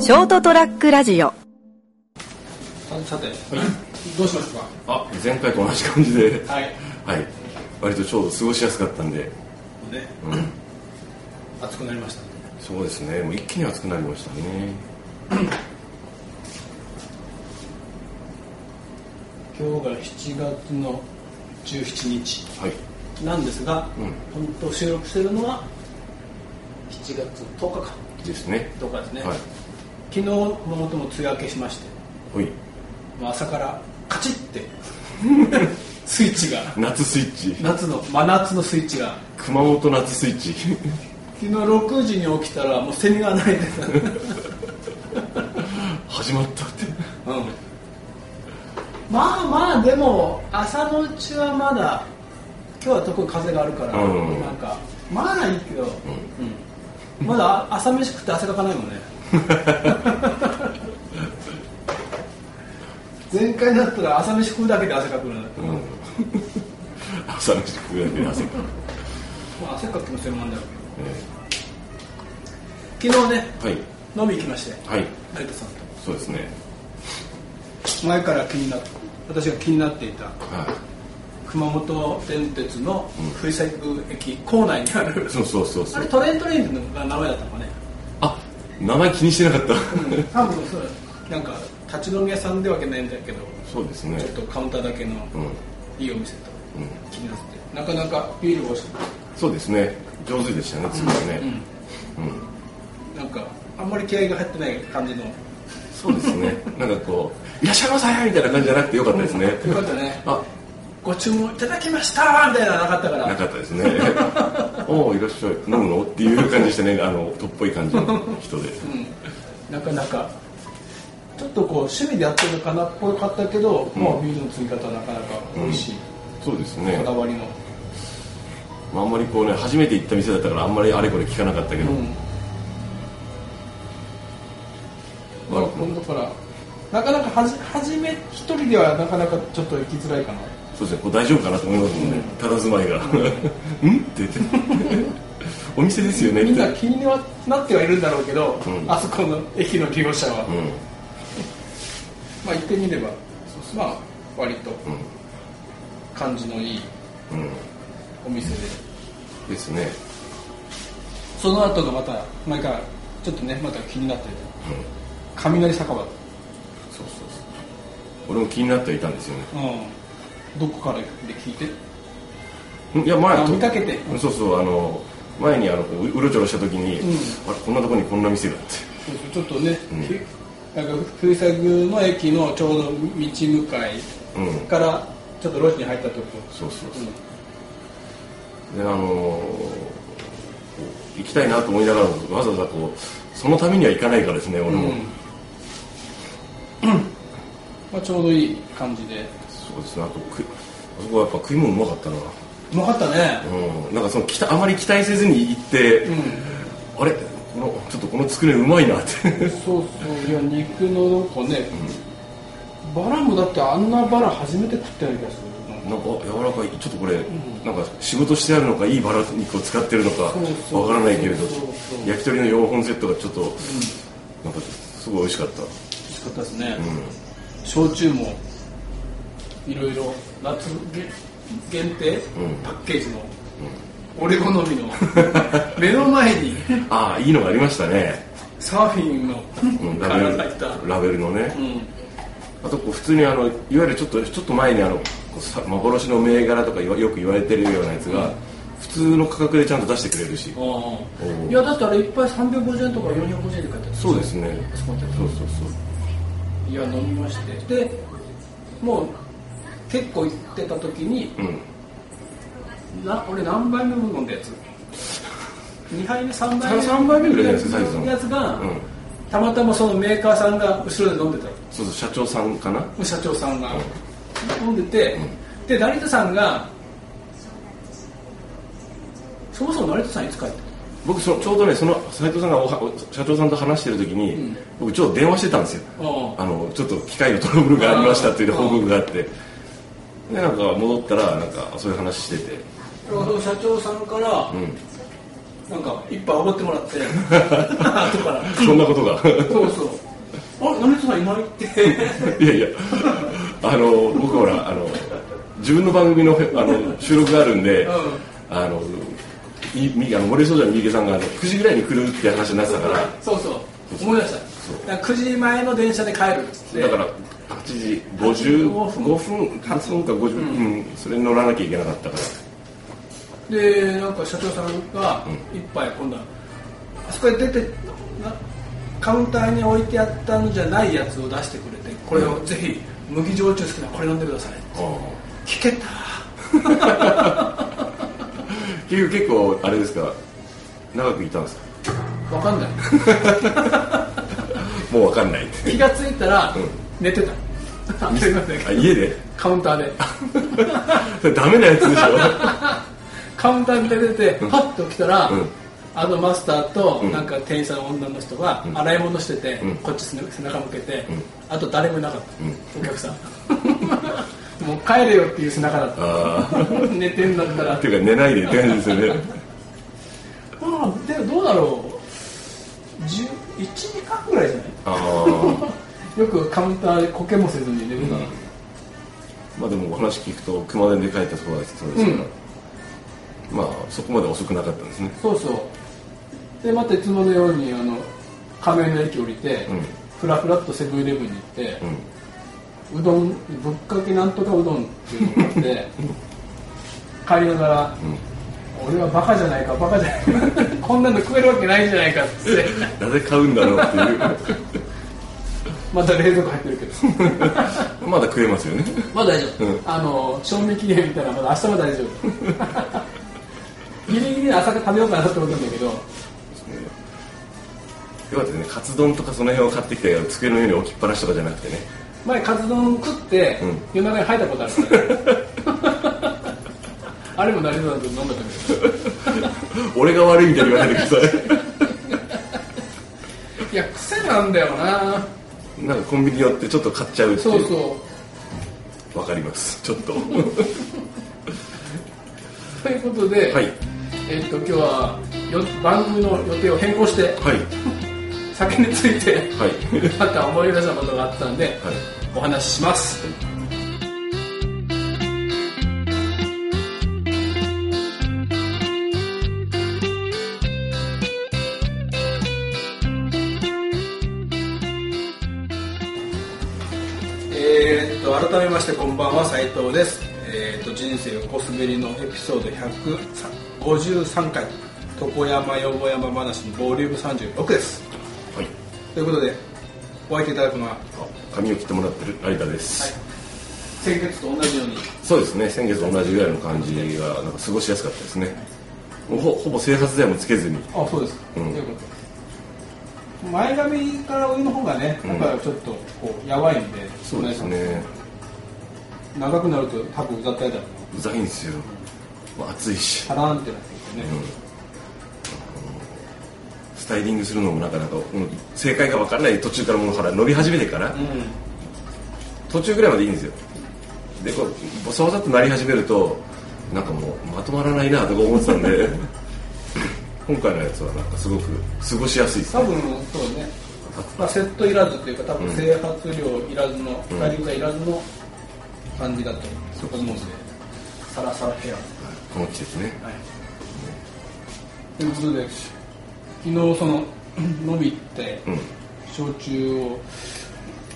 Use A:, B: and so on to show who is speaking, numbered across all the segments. A: ショートトラックラジオ
B: さて、
C: どうしますか
D: あ前回と同じ感じで、
C: はい
D: はい、割とちょうど過ごしやすかったんで、
C: ね
D: うん、
C: 暑くなりました
D: そうですね、もう一気に暑くなりましたね。
C: 今日が7月の17日
D: はい、
C: なんですが、
D: うん
C: 本当収録してるのは7月10日か
D: ですね。
C: 10日ですね、
D: はい、
C: 昨日ももとも梅雨明けしまして、
D: ほい、
C: まあ、朝からカチッて スイッチが
D: 夏スイッチ、
C: 夏の真夏のスイッチが
D: 熊本夏スイッチ。
C: 昨日6時に起きたらもうセミが鳴いてた、うん、
D: 始まったって。
C: まあまあでも朝のうちはまだ今日は特に風があるから、
D: うん
C: なんかまあいいけど、うんまだ朝飯食って汗かかないもん ね前回だったら朝飯食うだけで汗かくのよ
D: うん。朝飯食うだけで汗かく。
C: まあ汗かきも専門だろう
D: え
C: けど昨日ね
D: えはい、
C: 飲み行きまして
D: はい、
C: 成田さん
D: そうですね。
C: と前から気になって私が気になっていた
D: は
C: 熊本電鉄の福井細工駅構内にある、
D: い、そうそうそうそ
C: あれ
D: う。
C: トレイントレインの名前だったのかね
D: あ、名前気にしてなかった。
C: 多分そうなんか立ち飲み屋さんでわけないんだけど
D: そうですね
C: ちょ。っとカウンターだけの
D: うん、うん、
C: いいお店と気になってなかなかビールが美味しくて
D: そうですね。上手でしたね、次はね。うん
C: なんかあんまり気合が入ってない感じの
D: そうですね。なんかこう、いらっしゃいませみたいな感じじゃなくてよかったですね。
C: よかったね
D: あ、
C: ご注文いただきましたみたいなのなかったか
D: な
C: ら
D: かったですね。おお、いらっしゃい。飲むのっていう感じでしたね。あの、とっぽい感じの人で。
C: なかなかちょっとこう趣味でやってるかなっぽかったけど、まあビールのつぎ方はなかなか美味しい、
D: そうですね
C: こ。だわりの、
D: まあ、あんまりこうね、初めて行った店だったから、あんまりあれこれ聞かなかったけど。
C: うんまあ、今度からなかなかはじ初め一人ではなかなかちょっと行きづらいかな
D: そうですね。こう大丈夫かなと思いますもんね。ただ住まいが。 うんって言って。お店ですよね
C: み
D: み
C: ん
D: た
C: ない
D: な。
C: 気にはなってはいるんだろうけど、
D: うん
C: あそこの駅の利用者は、
D: うん。うん。
C: まあ行ってみればまあ割と感じのいい
D: うん。
C: お店で
D: ですね。
C: その後がまた毎回ちょっとねまた気になってて、雷酒場
D: そうそうそう。俺も気になってはいたんですよね。
C: うんどこからで聞いて
D: んいや前
C: あ
D: と
C: 見かけて
D: うんそうそうあの前にあのこうううろちょろした時に、
C: う
D: あれこんなとこにこんな店があって
C: そうそうちょっとね、
D: うん
C: きなんか古さぐの駅のちょうど道向かい
D: うん
C: からちょっと路地に入ったとこ
D: そうそう
C: うん
D: であのーこう行きたいなと思いながらもわざわざこうそのためには行かないからですね俺も、
C: うんまあ、ちょうどいい感じで
D: そうですねあとくあそこはやっぱ食い物うまかったな
C: うまかったね
D: うんなんかその期待あまり期待せずに行って、
C: うん
D: あれこのちょっとこのつくねうまいなって
C: そうそういや肉のどこね、バラもだってあんなバラ初めて食ったような気がする
D: なんかあ柔らかいちょっとこれ、なんか仕事してあるのかいいバラ肉を使ってるのか
C: そうそう
D: わからないけれ
C: そ
D: ど
C: うそう
D: 焼き鳥の4本セットがちょっと、なんかすごい美味しかった、
C: 美味しかったですね、焼酎もいろいろ夏げ限定、
D: うん
C: パッケージの、俺好み の目の前に
D: ああいいのがありましたね、
C: サーフィンの
D: うん
C: カ
D: ラベ
C: ラー
D: ル
C: が入った、
D: ラベルのね
C: う、ん、
D: あとこう普通にあのいわゆるちょっとちょっと前にあのこうさ幻の銘柄とか言わよく言われてるようなやつが、普通の価格でちゃんと出してくれるし、
C: あ
D: お
C: あ
D: う
C: いやだってあれいっぱい350円とか450円で買ってた
D: そうですね
C: あそ
D: そ
C: こ
D: う
C: って
D: そうそ
C: いや飲みましてでもう結構行ってた時に
D: ううん
C: な俺何杯目も飲んだやつ2杯目3杯目
D: 3杯目ぐらいじゃないですかサイズの
C: やつが、
D: うん
C: たまたまそのメーカーさんが後ろで飲んで
D: そうそう社長さんかな
C: た社長さんが飲んでて、で成田さんがそもそも成田さんいつ帰って
D: 僕そのちょうどねその斉藤さんがおはお社長さんと話してる時に、
C: ん
D: 僕ちょっと電話してたんですよ
C: ああ
D: あのちょっと機械のトラブルがありましたっていう報告があってでなんか戻ったらなんかそういう話してて
C: たの社長さんから、
D: うん
C: なんか一杯おごってもら って後から
D: そんなことが
C: そうそうあれ何とさんいないって
D: いやいやあの僕ほらあの自分の番組のあの収録があるんで、
C: ん
D: あのいみあの森総長の三池さんがあの9時ぐらいに来るって話になってたから
C: そうそう思い出したなんか9時前の電車で帰るっつって
D: だから8時55分5分か50分、うんそれに乗らなきゃいけなかったから
C: でなんか社長さんが一杯今度はあそこへ出てなカウンターに置いてあったのじゃないやつを出してくれてこれをぜひ麦焼酎好きなこれ飲んでください聞けた
D: 結局結構あれですか長くいたんですか
C: わかんない
D: もうわかんない
C: 気がついたら
D: ん
C: 寝てた すいません
D: あ家で
C: カウンターで
D: それダメなやつでし
C: カウンターで出てパッと起きたら、
D: うん
C: あのマスターと
D: ん
C: なんか店員さんの女の人が洗い物してて、こっち背中向けて、あと誰もいなかった、お客さん もう帰れよっていう背中だった
D: ああ
C: 寝てんだったら
D: っていうか寝ないでって感じですよね
C: まあでもどうだろう10 1時間ぐらいじゃない
D: ああ
C: よくカウンターでコケもせずに寝るから、
D: まあでもお話聞くと熊手で帰ったところがそうですから、まあそこまで遅くなかったんですね
C: そうそうでまたいつものようにあの亀の駅降りて、
D: うん
C: ふらふらっとセブンイレブンに行って、
D: うん
C: うどんぶっかけなんとかうどんっていうのがあって 帰りながら、俺はバカじゃないかバカじゃないかこんなの食えるわけないじゃないかっつって
D: なぜ買うんだろうっていう
C: また冷蔵庫入ってるけど
D: まだ食えますよね
C: まだ大丈夫、
D: うん
C: あの賞味期限みたいなまだ明日は大丈 夫ギリギリ朝食べようかなと思ったんだけど
D: よかったですねカツ丼とかその辺を買ってきたけど机の上に置きっぱなしとかじゃなくてね
C: 前カツ丼食って、
D: うん
C: 夜中に吐いたことあるから あれも成田さんと飲んだ時
D: 俺が悪いみたいに言わないでくださ
C: いや癖なんだよない
D: なんかコンビニ寄ってちょっと買っちゃうっていう
C: そうそう
D: わかりますちょっと
C: ということで、
D: はい
C: えっと今日はよ番組の予定を変更して
D: はい
C: 酒について
D: はい
C: また思い出したことがあったんで、
D: はい
C: お話ししますえーっと改めましてこんばんは斉藤です、えーっと人生横滑りのエピソード153回床山よも山話のボリューム36です
D: はい
C: ということでお相手いただくのは
D: 髪を切ってもらってる間です、
C: 先月と同じように
D: そうですね先月と同じぐらいの感じがなんか過ごしやすかったですねもうほほぼ生殺剤もつけずに
C: あそうですか、
D: うん
C: よかった前髪から上の方がねなんかちょっとこうやばいんで、
D: そうですね
C: 長くなると多分うざったりだろう
D: うざいんですよ、まあ、暑いし
C: パラーンってなってきてね、
D: スタイリングするのもなかなか、うん、正解が分からない途中からもうほら伸び始めてから、途中ぐらいまでいいんですよでこうボサボサっとなり始めるとなんかもうまとまらないなとか思ってた んで今回のやつはなんかすごく過ごしやすいです
C: 多
D: ね
C: 分そうね、まあ、セットいらずというか多分整髪量いらずの、二人ぐらいいらずの感じだと思うんでサラサラヘア
D: この季節ね
C: はいということで昨日その 飲み行って、
D: うん
C: 焼酎を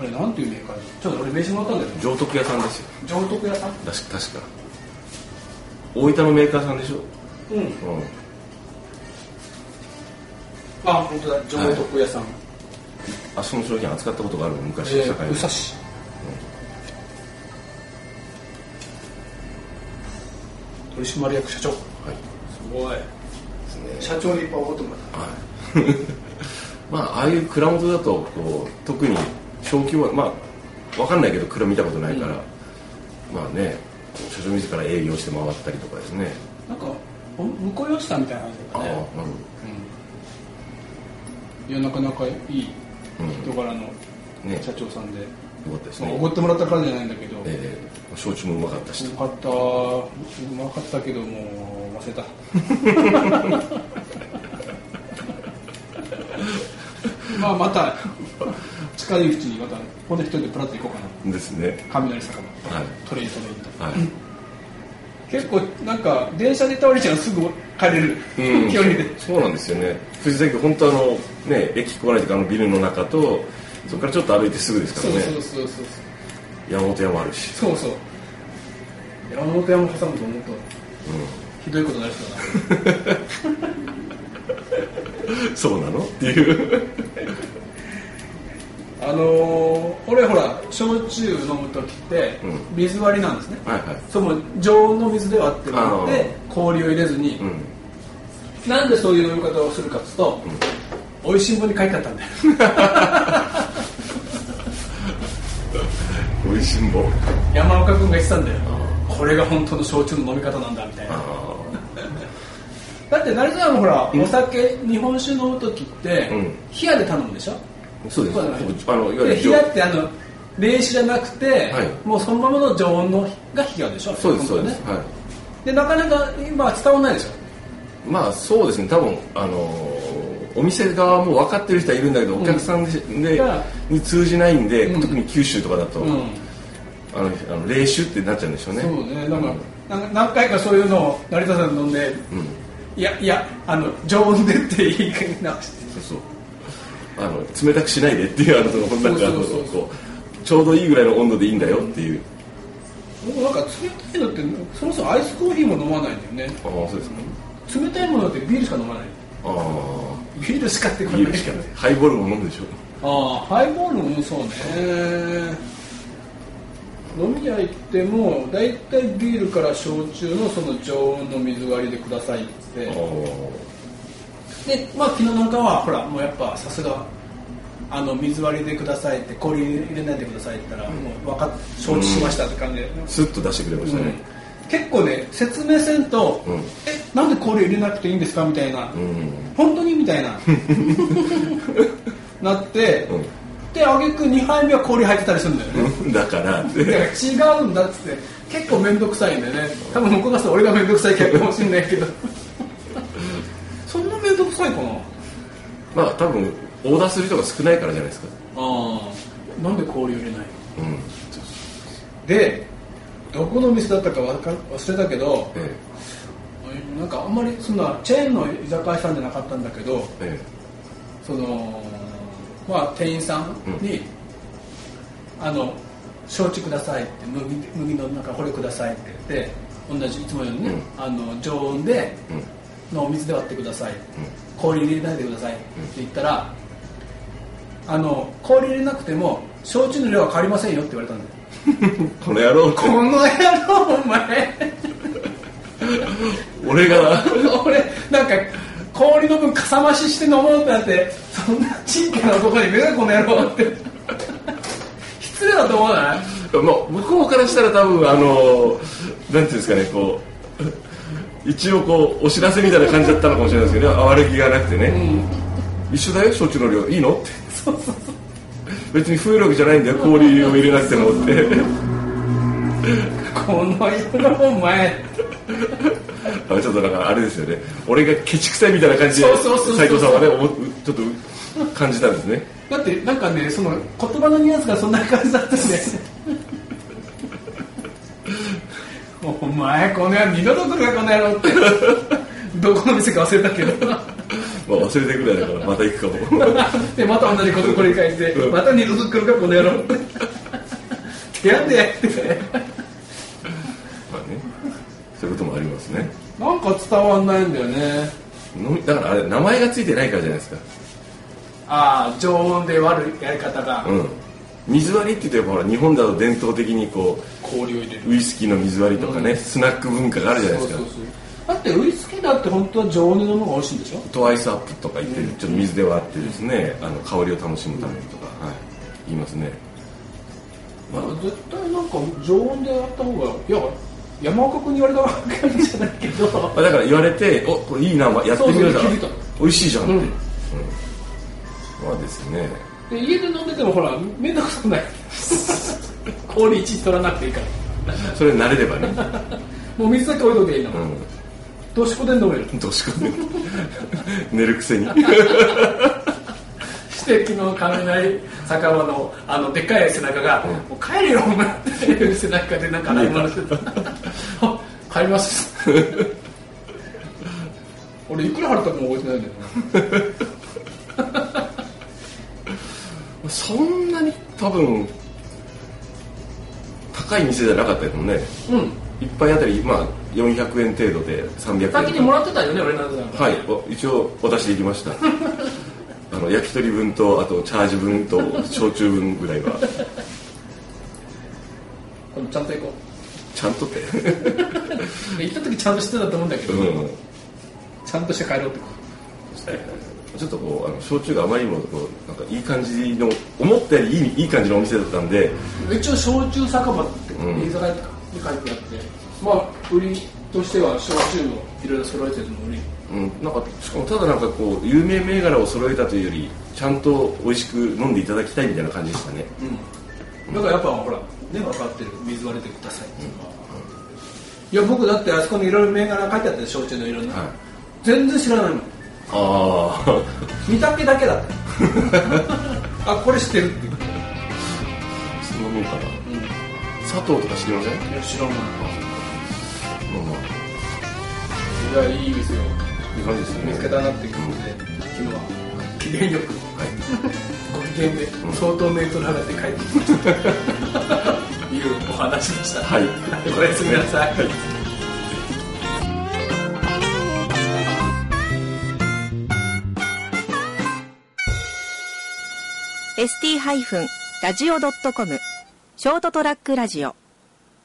C: あれなんていうメーカーでちょっと俺名刺もらったんだけど
D: 上徳屋さんですよ
C: 上徳屋さん
D: だし確か大分のメーカーさんでしょ、
C: うん
D: うん、
C: あ本当だ上徳屋さん、
D: あその商品扱ったことがあるの昔、
C: え
D: 社会
C: ー、
D: の
C: 宇佐市取締役社長す
D: はい
C: ごい
D: ですね
C: 社長にいっぱい怒ってもらっ
D: まあ、ああいう 蔵元だとこう特に小規模まあわかんないけど蔵見たことないから、まあねこう社長自ら営業して回ったりとかですね
C: たなんかお婿養子さんみたいな感じ
D: あ
C: だっ
D: あ
C: た
D: なる
C: ねいやなかなかいい人柄の
D: ほどね
C: 社長さんで、
D: よかったです
C: まあ
D: ね、
C: 奢ってもらったからじゃないんだけど、
D: ええ焼酎もうまかったし
C: よ かったうまかったけどもう忘れたまあまた近いうちにまたほんで一人でプラッと行こうかな
D: ですね
C: 雷坂まで
D: はい
C: トレイントレインと
D: はい
C: 結構なんか電車で倒れちゃうすぐ帰れる、
D: うん
C: 距離で
D: そうなんですよね藤崎本当あのね駅壊れてからのビルの中とそこからちょっと歩いてすぐですか
C: そう
D: らね
C: そうそうそう
D: 山本屋もあるし
C: そうそう山本山挟むと思うとひどいことになりそうだな
D: そうなのっていう
C: あのー、俺ほら焼酎飲む時って
D: う
C: 水割りなんですね、
D: はいはい
C: その常温の水で割ってもらっ
D: あ
C: て氷を入れずに
D: う、ん
C: なんでそういう飲み方をするかっつうと、美味しいもに書いてあったん だよ
D: 美味しんぼ
C: 山岡君が言ってたんだよこれが本当の焼酎の飲み方なんだみたいな
D: あ
C: だって成沢もほら、お酒日本酒飲む時って、
D: うん
C: 冷やで頼むでしょ
D: あそうです
C: そうなんです
D: あのいわゆ
C: で
D: る
C: 冷やってあの冷酒じゃなくて、
D: はい
C: もうそのままの常温のが冷やでしょ
D: そうですそうで
C: 本
D: す
C: 当はね
D: はい
C: でなかなか今は伝わらないでしょ
D: まあそうですね多分あのーお店側も分かってる人はいるんだけど、お客さんでで
C: が
D: に通じないんで、
C: うん
D: 特に九州とかだと、
C: うん
D: あのあの冷酒ってなっちゃうんでしょうね
C: そうね、なんか、
D: うん
C: なん、何回かそういうのを成田さん飲んで、
D: ん
C: いやいや、あの常温でって言い直して、
D: そうそうあの冷たくしないでっていうあのそのなんかあの
C: そうそうそう
D: こうちょうどいいぐらいの温度でいいんだよっていう、
C: 僕なんか冷たいのって、そもそもアイスコーヒーも飲まないんだよね。
D: ああそうですか
C: 冷たいものってビールしか飲まない。
D: ああ
C: ビールしかってこ
D: ビールしかない ハイボールも飲むでしょ
C: ああ、ハイボールもそうね。飲み屋行っても、だいたいビールから焼酎のその常温の水割りでくださいって。
D: あ
C: で、まあ、昨日なんかはほらもうやっぱさすがあの水割りでくださいって氷入れないでくださいって言ったら、もう分かっ承知しましたって感じで、
D: あスッと出してくれました
C: うん
D: ね、
C: 結構ね説明せんと、
D: うん
C: えなんで氷入れなくていいんですかみたいな、
D: うん
C: 本当にみた いななって、
D: うん
C: であげく2杯目は氷入ってたりするんだよね、
D: だからって
C: だから違うんだっつって結構面倒くさいんだよね多分向こうがさ俺が面倒くさいけかもしれないけ どそんな面倒くさいかな
D: まあ多分オーダーする人が少ないからじゃないですか
C: ああなんで氷を入れないの
D: うん
C: でどこの店だったかわか忘れたけど
D: ええ
C: なんかあんまりそんなチェーンの居酒屋さんじゃなかったんだけど
D: え
C: そのまあ店員さんに、あの焼酎くださいって麦麦の中これくださいって言って同じいつもよりね、
D: う
C: あの常温で
D: えうん
C: のお水で割ってください、氷入れないでくださいって言ったら、あの氷入れなくても焼酎の量は変わりませんよって言われたんだよ
D: この野郎って
C: この野郎お前
D: 俺が
C: 俺なんか氷の分かさ増しして飲もうなんてそんなちんけな男に目がこの野郎って失礼だと思わない
D: まあ向こうからしたら多分あのなんていうんですかねこう一応こうお知らせみたいな感じだったのかもしれないですけどね悪気がなくてね、一緒だよ焼酎の量いいのって別に風力じゃないんだよ氷を入れなくてもって
C: この野郎お前
D: あちょっとなんかあれですよね俺がケチくさいみたいな感じで
C: そうそうそうそう
D: 斉藤さんはね思っちょっと感じたんですね
C: だってなんかねその言葉のニュアンスがそんな感じだったんでお前この野郎二度と来るかこの野郎ってどこの店か忘れたけど
D: まあ忘れてくらいだからまた行 くかも
C: でまた同じことこれ返してまた二度と来るかこの野郎ってやんでって
D: まあねそういうこともありますね
C: なんか伝わんないんだよね
D: のだからあれ名前がついてないからじゃないですか
C: ああ常温で割るやり方が
D: うん水割りって言ってやっぱほら日本だと伝統的にこ
C: 氷を入れる
D: うウイスキーの水割りとかね、スナック文化があるじゃないですか
C: だってウイスキーだって本当は常温で飲むのが美味しいんでしょ
D: トワイスアップとか言って、ちょっと水で割ってですねあの香りを楽しむためにとか、はい、言いますね
C: 絶対なんか常温でやった方がいや山岡君に言われたわけじゃないけど
D: あだから言われておこれいいなまやってみようじゃん
C: そうそう気づい
D: 美味しいじゃんって、
C: う
D: うんんまあですね
C: で家で飲んでてもほら面倒くさくない 氷いちいち取らなくていいから
D: それ慣れればね、
C: もう水だけ置いとけばいいの
D: う
C: どしこで飲める
D: ん、どうしかね寝るくせに
C: して昨日雷酒場のあのでっかい背中が「もう帰れよお前」っていう背中でなんか謝られてた「あ帰ります」 俺いくら払ったかも覚えてないんだよな
D: そんなに多分高い店じゃなかったよね
C: うん
D: 一杯あたりまあ400円程度で300円
C: 先にもらってたよね俺なんだから
D: はいお一応私で行きました あの焼き鳥分とあとチャージ分と焼酎分ぐらいは
C: 今度ちゃんと行こ
D: ちゃん とって、
C: うで行った時ちゃんとしてたと思うんだけ
D: う
C: ど、
D: ん、
C: ちゃんとして帰ろうってこ
D: ちょっとこうあの焼酎があまりにもこうなんかいい感じの思ったよりいいいい感じのお店だったんで
C: と一応焼酎酒場って、
D: うん
C: 居酒屋とかに書いてあってまあ売りとしては焼酎のいろいろ揃えてるのに
D: うん、なんかしかもただなんかこう有名銘柄を揃えたというよりちゃんと美味しく飲んでいただきたいみたいな感じでしたね
C: だからやっぱほらね分かってる水割れてくださいっていうか、いや僕だってあそこにいろいろ銘柄書いてあったよ焼酎のいろんな、
D: はい
C: 全然知らないもん
D: ああ
C: 見た目だけだ ったあこれ知ってるっていう
D: そんなもんかな、佐藤とか知りません
C: いや知らない
D: まあまあ
C: いやいいですよ
D: いい感じですね
C: 見つけたなっていうことで昨日は機嫌よくご機嫌で相当メートル離れて帰ってきました いうお話でした
D: はい、
C: おやすみなさい
A: ー ST-radio.com ショートトラックラジオ